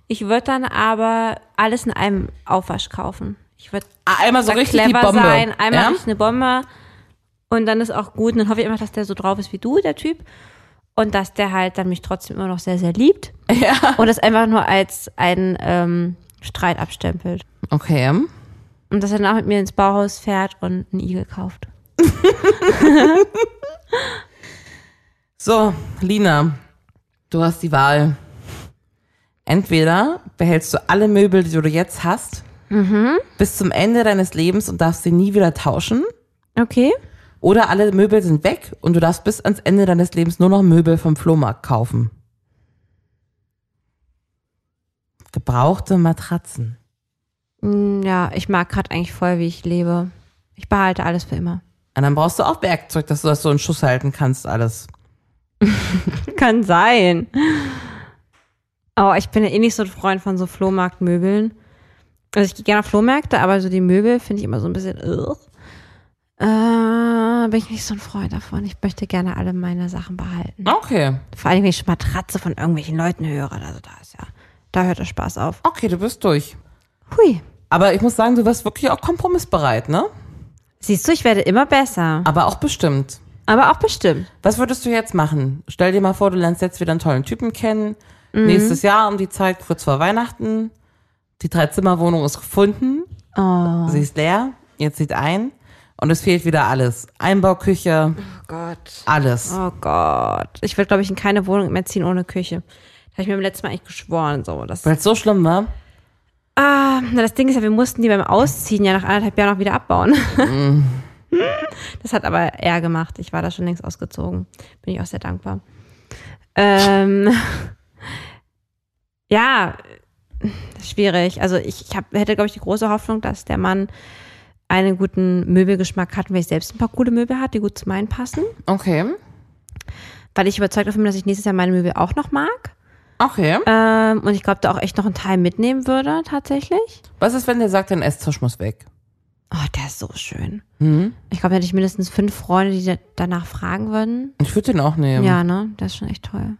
S3: Ich würde dann aber alles in einem Aufwasch kaufen. Ich würde
S2: Ah, Einmal so richtig die
S3: clever
S2: Bombe.
S3: sein, einmal
S2: ja?
S3: richtig eine Bombe und dann ist auch gut. Und dann hoffe ich immer, dass der so drauf ist wie du, der Typ. Und dass der halt dann mich trotzdem immer noch sehr,
S2: [laughs]
S3: sehr liebt. Ja. Und das einfach nur als einen ähm, Streit abstempelt.
S2: Okay.
S3: Und dass er danach mit mir ins Bauhaus fährt und einen Igel kauft.
S2: So, Lina, du hast die Wahl. Entweder behältst du alle Möbel, die du jetzt hast, bis zum Ende deines Lebens und darfst sie nie wieder tauschen.
S3: Okay.
S2: Oder alle Möbel sind weg und du darfst bis ans Ende deines Lebens nur noch Möbel vom Flohmarkt kaufen. Gebrauchte Matratzen.
S3: Mm, Ja, ich mag gerade eigentlich voll, wie ich lebe. Ich behalte alles für immer.
S2: Und dann brauchst du auch Werkzeug, dass du das so in Schuss halten kannst, alles.
S3: Kann sein. Oh, ich bin ja eh nicht so ein Freund von so Flohmarktmöbeln. Also ich gehe gerne auf Flohmärkte, aber so die Möbel finde ich immer so ein bisschen irr. Äh, bin ich nicht so ein Freund davon. Ich möchte gerne alle meine Sachen behalten.
S2: Okay.
S3: Vor allem, wenn ich schon Matratze von irgendwelchen Leuten höre. Also da ist ja, da hört der Spaß auf.
S2: Okay, du bist durch.
S3: Hui.
S2: Aber ich muss sagen, du warst wirklich auch kompromissbereit, ne?
S3: Siehst du, ich werde immer besser.
S2: Aber auch bestimmt.
S3: Aber auch bestimmt.
S2: Was würdest du jetzt machen? Stell dir mal vor, du lernst jetzt wieder einen tollen Typen kennen.
S3: Mhm.
S2: Nächstes Jahr um die Zeit, kurz vor Weihnachten. Die Dreizimmerwohnung ist gefunden.
S3: Ah.
S2: Sie ist leer. Jetzt sieht ein. Und es fehlt wieder alles. Einbauküche,
S3: Oh Gott.
S2: alles.
S3: Oh Gott. Ich würde, glaube ich, in keine Wohnung mehr ziehen ohne Küche. Da habe ich mir beim letzten Mal eigentlich geschworen. So, das
S2: Weil es so schlimm war.
S3: Ah, na das Ding ist ja, wir mussten die beim Ausziehen ja nach anderthalb Jahren auch wieder abbauen. [laughs] Das hat aber er gemacht. Ich war da schon längst ausgezogen. Bin ich auch sehr dankbar. Ähm, [laughs] ja, schwierig. Also ich, ich hab, hätte, glaube ich, die große Hoffnung, dass der Mann einen guten Möbelgeschmack hat und wenn ich selbst ein paar coole Möbel hat, die gut zu meinen passen.
S2: Okay.
S3: Weil ich überzeugt davon bin, dass ich nächstes Jahr meine Möbel auch noch mag.
S2: Okay.
S3: Ähm, und ich glaube, da auch echt noch einen Teil mitnehmen würde, tatsächlich.
S2: Was ist, wenn der sagt, dein Esstisch muss weg?
S3: Oh, der ist so schön.
S2: Mhm.
S3: Ich glaube, da hätte ich mindestens fünf Freunde, die da danach fragen würden.
S2: Ich würde den auch nehmen.
S3: Ja, ne? Das ist schon echt toll.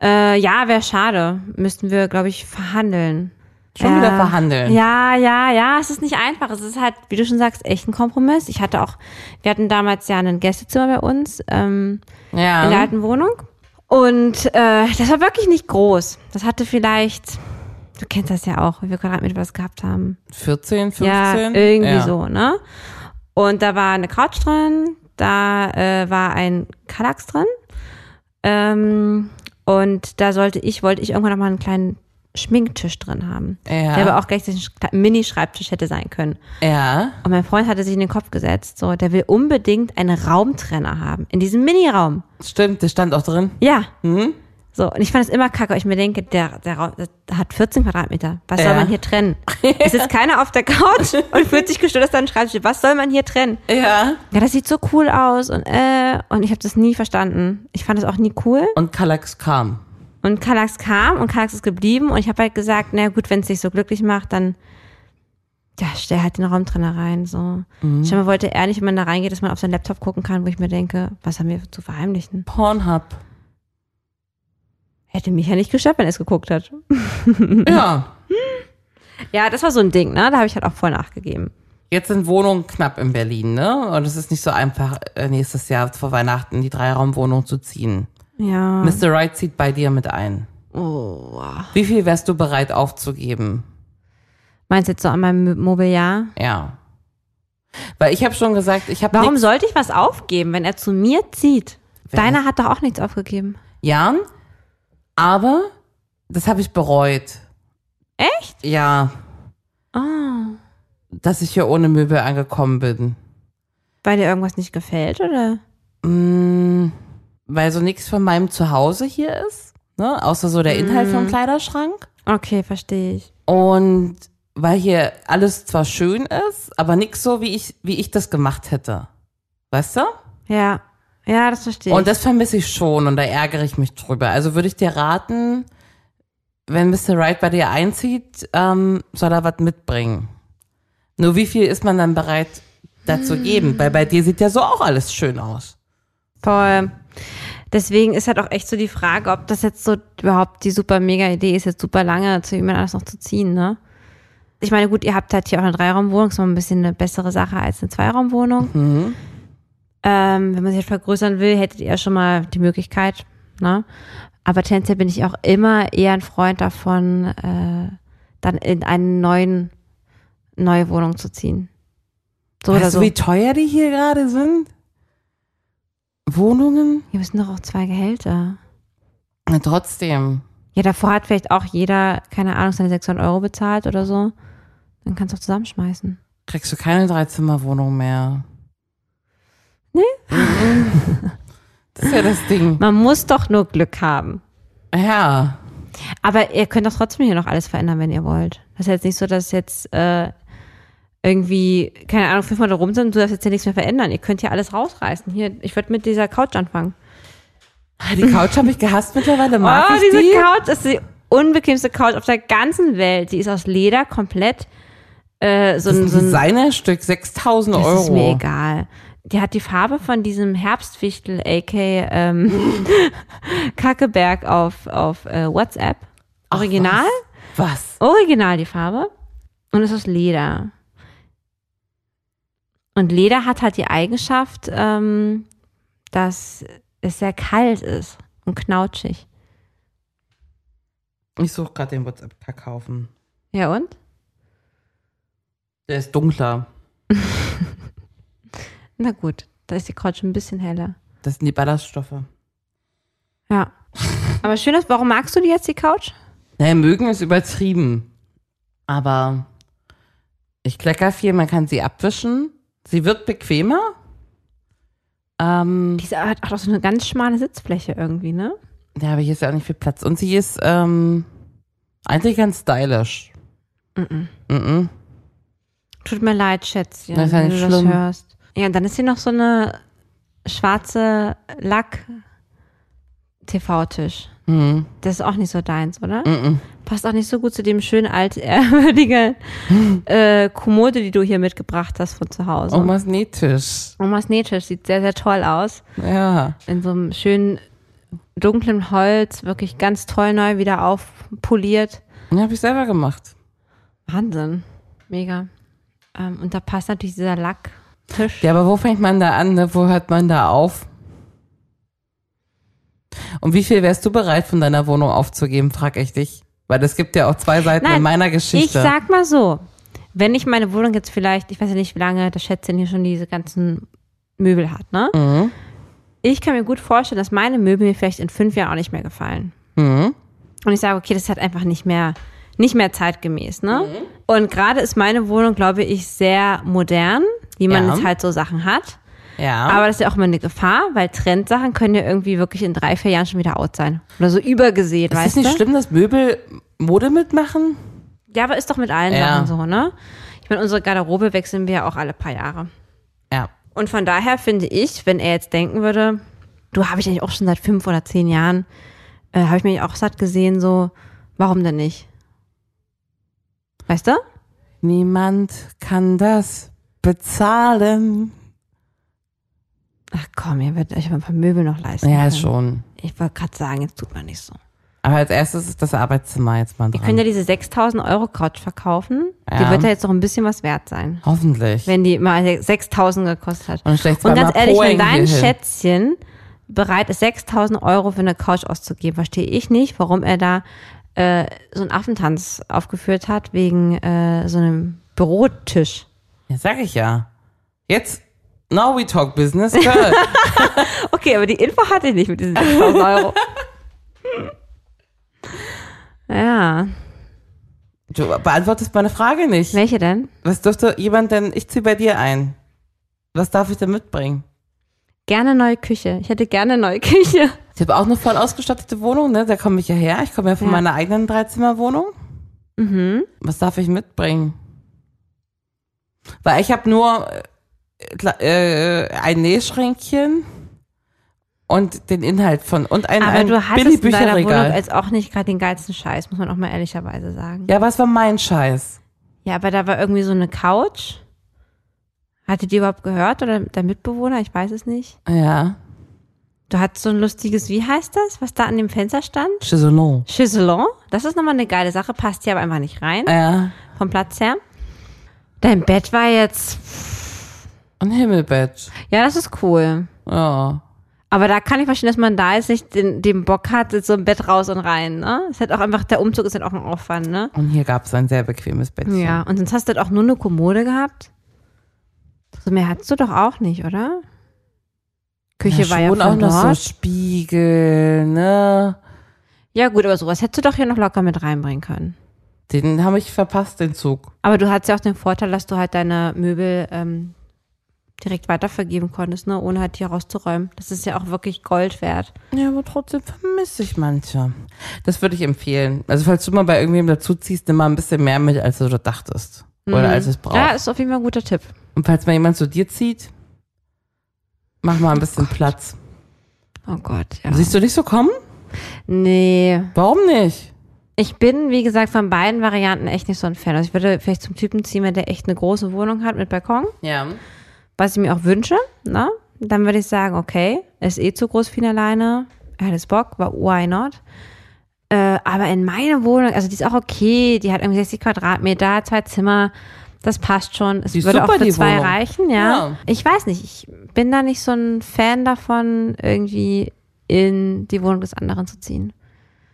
S3: Äh, ja, wäre schade. Müssten wir, glaube ich, verhandeln.
S2: Schon wieder verhandeln.
S3: Ja, ja, ja. Es ist nicht einfach. Es ist halt, wie du schon sagst, echt ein Kompromiss. Ich hatte auch, wir hatten damals ja ein Gästezimmer bei uns ähm,
S2: Ja.
S3: in der alten Wohnung. Und äh, das war wirklich nicht groß. Das hatte vielleicht, du kennst das ja auch, wie wir Quadratmeter was gehabt haben.
S2: 14, 15?
S3: Ja, irgendwie
S2: Ja.
S3: so, ne? Und da war eine Couch drin, da äh, war ein Kallax drin. Ähm, und da sollte ich, wollte ich irgendwann nochmal einen kleinen Schminktisch drin haben.
S2: Ja.
S3: Der aber auch gleichzeitig ein Sch- Mini-Schreibtisch hätte sein können.
S2: Ja.
S3: Und mein Freund hatte sich in den Kopf gesetzt, so, der will unbedingt einen Raumtrenner haben. In diesem Mini-Raum.
S2: Stimmt, der stand auch drin.
S3: Ja.
S2: Hm?
S3: So, und ich fand es immer kacke, weil ich mir denke, der, der Raum das hat 14 Quadratmeter. Was
S2: Ja.
S3: soll man
S2: [laughs]
S3: hier trennen? Es sitzt keiner auf der Couch und fühlt sich gestört, dass da ein Schreibtisch steht. Was soll man hier trennen?
S2: Ja.
S3: Ja, das sieht so cool aus und äh, und ich habe das nie verstanden. Ich fand es auch nie cool.
S2: Und Kallax kam.
S3: Und Kallax kam und Kallax ist geblieben und ich habe halt gesagt, na gut, wenn es dich so glücklich macht, dann ja, stell halt den Raumtrenner rein. So.
S2: Mhm.
S3: Scheinbar wollte er nicht, wenn man da reingeht, dass man auf seinen Laptop gucken kann, wo ich mir denke, was haben wir zu verheimlichen?
S2: Pornhub.
S3: Hätte mich ja nicht gestört, wenn er es geguckt hat.
S2: Ja.
S3: Ja, das war so ein Ding, ne? Da habe ich halt auch voll nachgegeben.
S2: Jetzt sind Wohnungen knapp in Berlin, ne? Und es ist nicht so einfach, äh, nächstes Jahr vor Weihnachten die Dreiraumwohnung zu ziehen.
S3: Ja.
S2: Mr. Right zieht bei dir mit ein.
S3: Oh.
S2: Wie viel wärst du bereit aufzugeben?
S3: Meinst du jetzt so an meinem Mö- Mobiliar?
S2: Ja. Weil ich habe schon gesagt, ich habe
S3: Warum
S2: nix-
S3: sollte ich was aufgeben, wenn er zu mir zieht? Deiner hat doch auch nichts aufgegeben.
S2: Ja, aber das habe ich bereut.
S3: Echt?
S2: Ja,
S3: Oh.
S2: dass ich hier ohne Möbel angekommen bin.
S3: Weil dir irgendwas nicht gefällt, oder?
S2: Mm, weil so nichts von meinem Zuhause hier ist, ne? Außer so der Inhalt vom Kleiderschrank.
S3: Okay, verstehe ich.
S2: Und weil hier alles zwar schön ist, aber nichts so, wie ich, wie ich das gemacht hätte. Weißt du?
S3: Ja. Ja, das verstehe ich.
S2: Und das vermisse ich schon und da ärgere ich mich drüber. Also würde ich dir raten, wenn Mr. Wright bei dir einzieht, ähm, soll er was mitbringen. Nur wie viel ist man dann bereit, dazu geben? Weil bei dir sieht ja so auch alles schön aus.
S3: Voll. Deswegen ist halt auch echt so die Frage, ob das jetzt so überhaupt die super mega Idee ist, jetzt super lange zu jemand anders noch zu ziehen, ne? Ich meine, gut, ihr habt halt hier auch eine Dreiraumwohnung, ist mal ein bisschen eine bessere Sache als eine Zweiraumwohnung.
S2: Mhm.
S3: Ähm, wenn man sich halt vergrößern will, hättet ihr schon mal die Möglichkeit, ne? Aber tendenziell bin ich auch immer eher ein Freund davon, äh, dann in einen neuen, neue Wohnung zu ziehen. So oder
S2: weißt
S3: so.
S2: du, wie teuer die hier gerade sind? Wohnungen?
S3: Hier müssen doch auch zwei Gehälter.
S2: Na, trotzdem.
S3: Ja, davor hat vielleicht auch jeder, keine Ahnung, seine 600 Euro bezahlt oder so. Dann kannst du auch zusammenschmeißen.
S2: Kriegst du keine Dreizimmerwohnung mehr.
S3: Nee.
S2: Mhm. das ist ja das Ding.
S3: Man muss doch nur Glück haben.
S2: Ja.
S3: Aber ihr könnt doch trotzdem hier noch alles verändern, wenn ihr wollt. Das ist jetzt nicht so, dass jetzt äh, irgendwie, keine Ahnung, fünf Monate rum sind und du darfst jetzt hier nichts mehr verändern. Ihr könnt hier alles rausreißen. Hier, ich würde mit dieser Couch anfangen.
S2: Ah, Die Couch habe ich gehasst mittlerweile. Mag
S3: oh,
S2: ich
S3: diese
S2: die?
S3: Couch ist die unbequemste Couch auf der ganzen Welt. Die ist aus Leder komplett. Äh, so
S2: Das
S3: ein,
S2: ist
S3: so
S2: ein
S3: ein
S2: Designerstück, 6000 Euro.
S3: Das ist mir egal. Die hat die Farbe von diesem Herbstfichtel, a.k. Ähm, [laughs] Kackeberg auf, auf äh, WhatsApp. Original.
S2: Was?
S3: Original die Farbe. Und es ist aus Leder. Und Leder hat halt die Eigenschaft, ähm, dass es sehr kalt ist und knautschig.
S2: Ich suche gerade den WhatsApp-Pack kaufen.
S3: Ja und?
S2: Der ist dunkler.
S3: Na gut, da ist die Couch ein bisschen heller.
S2: Das sind die Ballaststoffe.
S3: [laughs] Ja. Aber schön ist, warum magst du die jetzt, die Couch?
S2: Naja, mögen ist übertrieben. Aber ich klecker viel, man kann sie abwischen. Sie wird bequemer. Ähm,
S3: Diese hat auch so eine ganz schmale Sitzfläche irgendwie, ne?
S2: ja, aber hier ist ja auch nicht viel Platz. Und sie ist ähm, eigentlich ganz stylisch. Mhm. Mhm.
S3: Tut mir leid, Schätzchen,
S2: Das ist ja
S3: wenn du
S2: nicht
S3: das
S2: schlimm.
S3: hörst. Ja, und dann ist hier noch so eine schwarze Lack-TV-Tisch.
S2: Mhm.
S3: Das ist auch nicht so deins, oder?
S2: Mhm.
S3: passt auch nicht so gut zu dem schönen
S2: [laughs]
S3: altehrwürdigen äh, Kommode, die du hier mitgebracht hast von zu Hause.
S2: Omas Nähtisch.
S3: Omas Nähtisch sieht sehr, sehr toll aus.
S2: Ja.
S3: In so einem schönen dunklen Holz, wirklich ganz toll neu wieder aufpoliert.
S2: Ja, habe ich selber gemacht.
S3: Wahnsinn. Mega. Ähm, und da passt natürlich dieser Lacktisch.
S2: Ja, aber wo fängt man da an? Ne? Wo hört man da auf? Und wie viel wärst du bereit, von deiner Wohnung aufzugeben, frag ich dich. Weil es gibt ja auch zwei Seiten in meiner Geschichte.
S3: Ich sag mal so, wenn ich meine Wohnung jetzt vielleicht, ich weiß ja nicht, wie lange das Schätzchen hier schon diese ganzen Möbel hat, ne?
S2: Mhm.
S3: Ich kann mir gut vorstellen, dass meine Möbel mir vielleicht in fünf Jahren auch nicht mehr gefallen.
S2: Mhm.
S3: Und ich sage, okay, das ist halt einfach nicht mehr, nicht mehr zeitgemäß, ne?
S2: Mhm.
S3: Und gerade ist meine Wohnung, glaube ich, sehr modern, wie man
S2: Ja. Ah.
S3: jetzt halt so Sachen hat.
S2: Ja.
S3: Aber das ist ja auch immer eine Gefahr, weil Trendsachen können ja irgendwie wirklich in drei, vier Jahren schon wieder out sein. Oder so übergesät,
S2: ist
S3: weißt
S2: es nicht
S3: du?
S2: schlimm, dass Möbel Mode mitmachen?
S3: Ja, aber ist doch mit allen
S2: Ja.
S3: Sachen so, ne? Ich meine, unsere Garderobe wechseln wir ja auch alle paar Jahre.
S2: Ja.
S3: Und von daher finde ich, wenn er jetzt denken würde, du habe ich eigentlich auch schon seit fünf oder zehn Jahren, äh, habe ich mich auch satt gesehen, so, warum denn nicht? Weißt du?
S2: Niemand kann das bezahlen.
S3: Ach komm, ihr werdet euch mal ein paar Möbel noch leisten.
S2: Ja,
S3: können.
S2: schon.
S3: Ich wollte gerade sagen, jetzt tut man nicht so.
S2: Aber als erstes ist das Arbeitszimmer jetzt mal
S3: Ihr
S2: dran.
S3: könnt ja diese 6000 Euro Couch verkaufen. Die
S2: Ja.
S3: wird ja jetzt noch ein bisschen was wert sein.
S2: Hoffentlich.
S3: wenn die mal 6000 gekostet hat.
S2: Und schlecht
S3: Und ganz
S2: zweimal
S3: ehrlich,
S2: Poeng
S3: wenn dein
S2: hierhin.
S3: Schätzchen bereit ist, 6000 Euro für eine Couch auszugeben, verstehe ich nicht, warum er da äh, so einen Affentanz aufgeführt hat wegen äh, so einem Bürotisch.
S2: ja, sag ich ja. Jetzt, now we talk business,
S3: [laughs]
S2: girl.
S3: Okay, aber die Info hatte ich nicht mit diesen 6000 Euro. [laughs] ja,
S2: du beantwortest meine Frage nicht.
S3: welche denn?
S2: Was dürfte jemand denn, ich ziehe bei dir ein. Was darf ich denn mitbringen?
S3: Gerne neue Küche. Ich hätte gerne neue Küche.
S2: Ich habe auch eine voll ausgestattete Wohnung, ne? Da komme ich ja her. Ich komme ja von
S3: Ja.
S2: meiner eigenen Dreizimmerwohnung.
S3: Mhm.
S2: Was darf ich mitbringen? Weil ich habe nur äh, kla- äh, ein Nähschränkchen und den Inhalt von und ein,
S3: Aber
S2: ein
S3: du hattest in deiner Wohnung
S2: Billigbücherregal.
S3: jetzt auch nicht gerade den geilsten Scheiß, muss man auch mal ehrlicherweise sagen.
S2: Ja, was war mein Scheiß?
S3: Ja, aber da war irgendwie so eine Couch. Hatte die überhaupt gehört oder der Mitbewohner? Ich weiß es nicht.
S2: Ja,
S3: Du hattest so ein lustiges, wie heißt das, was da an dem Fenster stand?
S2: Chisolon.
S3: Chiselon. Das ist nochmal eine geile Sache, passt hier aber einfach nicht rein,
S2: Ja,
S3: vom Platz her. Dein Bett war jetzt,
S2: und Himmelbett.
S3: ja, das ist cool.
S2: Ja.
S3: Aber da kann ich verstehen, dass man da jetzt nicht den, den Bock hat, jetzt so ein Bett raus und rein, ne? Ist halt auch einfach, der Umzug ist halt auch ein Aufwand, ne?
S2: Und hier gab es ein sehr bequemes Bettchen.
S3: Ja, und sonst hast du halt auch nur eine Kommode gehabt. So mehr hattest du doch auch nicht, oder? Küche
S2: ja,
S3: war ja
S2: schon
S3: von
S2: auch noch so
S3: dort.
S2: Spiegel, ne?
S3: Ja gut, aber sowas hättest du doch hier noch locker mit reinbringen können.
S2: Den habe ich verpasst, den Zug.
S3: Aber du hattest ja auch den Vorteil, dass du halt deine Möbel ähm, direkt weitervergeben konntest, ne? ohne halt hier rauszuräumen. Das ist ja auch wirklich Gold wert.
S2: Ja, aber trotzdem vermisse ich manche. Das würde ich empfehlen. Also falls du mal bei irgendwem dazuziehst, nimm mal ein bisschen mehr mit, als du da dachtest. Oder als Mhm. es braucht.
S3: Ja, ist auf jeden Fall ein guter Tipp.
S2: Und falls mal jemand zu dir zieht, mach mal ein bisschen Platz.
S3: Oh Gott, ja.
S2: Siehst du nicht so kommen?
S3: Nee,
S2: Warum nicht?
S3: Ich bin, wie gesagt, von beiden Varianten echt nicht so ein Fan. Also ich würde vielleicht zum Typen ziehen, der echt eine große Wohnung hat mit Balkon,
S2: Ja.
S3: was ich mir auch wünsche. Ne? Dann würde ich sagen, okay, ist eh zu groß für ihn alleine. Er hat es Bock, wa- why not? Äh, aber in meiner Wohnung, also die ist auch okay, die hat irgendwie 60 Quadratmeter, zwei Zimmer, das passt schon. Es
S2: Die ist
S3: würde
S2: super,
S3: auch für
S2: die
S3: zwei
S2: Wohnung.
S3: reichen, ja.
S2: Ja.
S3: Ich weiß nicht, ich bin da nicht so ein Fan davon, irgendwie in die Wohnung des anderen zu ziehen.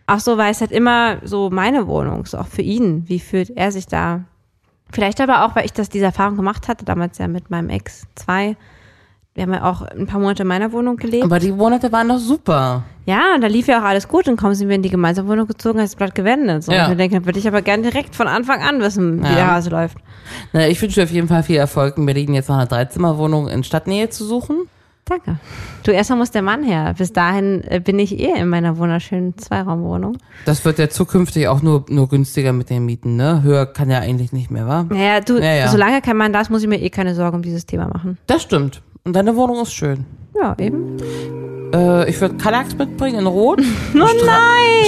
S3: Auch so, weil es halt immer so meine Wohnung ist, auch für ihn. Wie fühlt er sich da? Vielleicht aber auch, weil ich das diese Erfahrung gemacht hatte, damals ja mit meinem Ex 2. Wir haben ja auch ein paar Monate in meiner Wohnung gelebt.
S2: Aber die Monate waren doch super.
S3: ja, und da lief ja auch alles gut. Und kaum sind wir in die gemeinsame Wohnung gezogen, hat das Blatt gewendet. So,
S2: Ja.
S3: Und wir denken, würde ich aber gerne direkt von Anfang an wissen, wie
S2: Ja.
S3: der Hase läuft.
S2: Na, ich wünsche dir auf jeden Fall viel Erfolg in Berlin, jetzt nach einer Dreizimmerwohnung in Stadtnähe zu suchen.
S3: Danke. Du, erstmal muss der Mann her. Bis dahin äh, bin ich eh in meiner wunderschönen Zweiraumwohnung.
S2: Das wird ja zukünftig auch nur, nur günstiger mit den Mieten, ne? Höher kann ja eigentlich nicht mehr, wa?
S3: Naja, du,
S2: Ja, ja.
S3: solange kein Mann da ist, muss ich mir eh keine Sorgen um dieses Thema machen.
S2: Das stimmt. Und deine Wohnung ist schön.
S3: Ja, eben.
S2: Äh, ich würde Kallax mitbringen in
S3: [laughs]
S2: Rot. oh
S3: nein!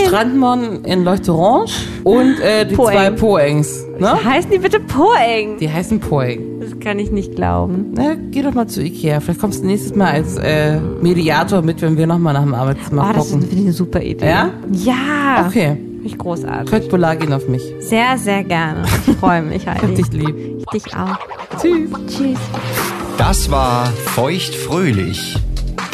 S2: Strandmann in Leuchteorange. Und äh, die
S3: Poeng.
S2: zwei Poengs. Ne?
S3: Heißen die bitte Poeng?
S2: Die heißen Poeng.
S3: Das kann ich nicht glauben.
S2: Ne, geh doch mal zu Ikea. Vielleicht kommst du nächstes Mal als äh, Mediator mit, wenn wir nochmal nach dem Arbeitszimmer
S3: Oh, das
S2: gucken.
S3: ist Ah. eine super Idee.
S2: Ja?
S3: Ja.
S2: Okay.
S3: Finde ich großartig.
S2: Kurt Bulag ihn auf mich.
S3: Sehr, sehr gerne. Ich freue mich, Heidi.
S2: Hab dich lieb.
S3: Ich dich auch.
S2: Tschüss.
S3: Tschüss.
S1: Das war Feucht fröhlich.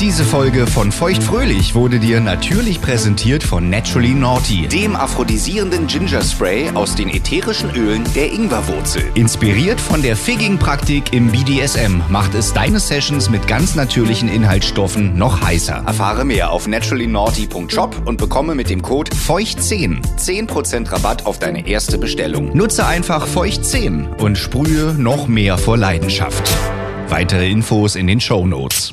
S1: Diese Folge von Feucht Fröhlich wurde dir natürlich präsentiert von Naturally Naughty, dem aphrodisierenden Ginger Spray aus den ätherischen Ölen der Ingwerwurzel. Inspiriert von der Figging-Praktik im BDSM macht es deine Sessions mit ganz natürlichen Inhaltsstoffen noch heißer. Erfahre mehr auf naturallynaughty.shop und bekomme mit dem Code Feucht10 10% Rabatt auf deine erste Bestellung. Nutze einfach Feucht10 und sprühe noch mehr vor Leidenschaft. Weitere Infos in den Show Notes.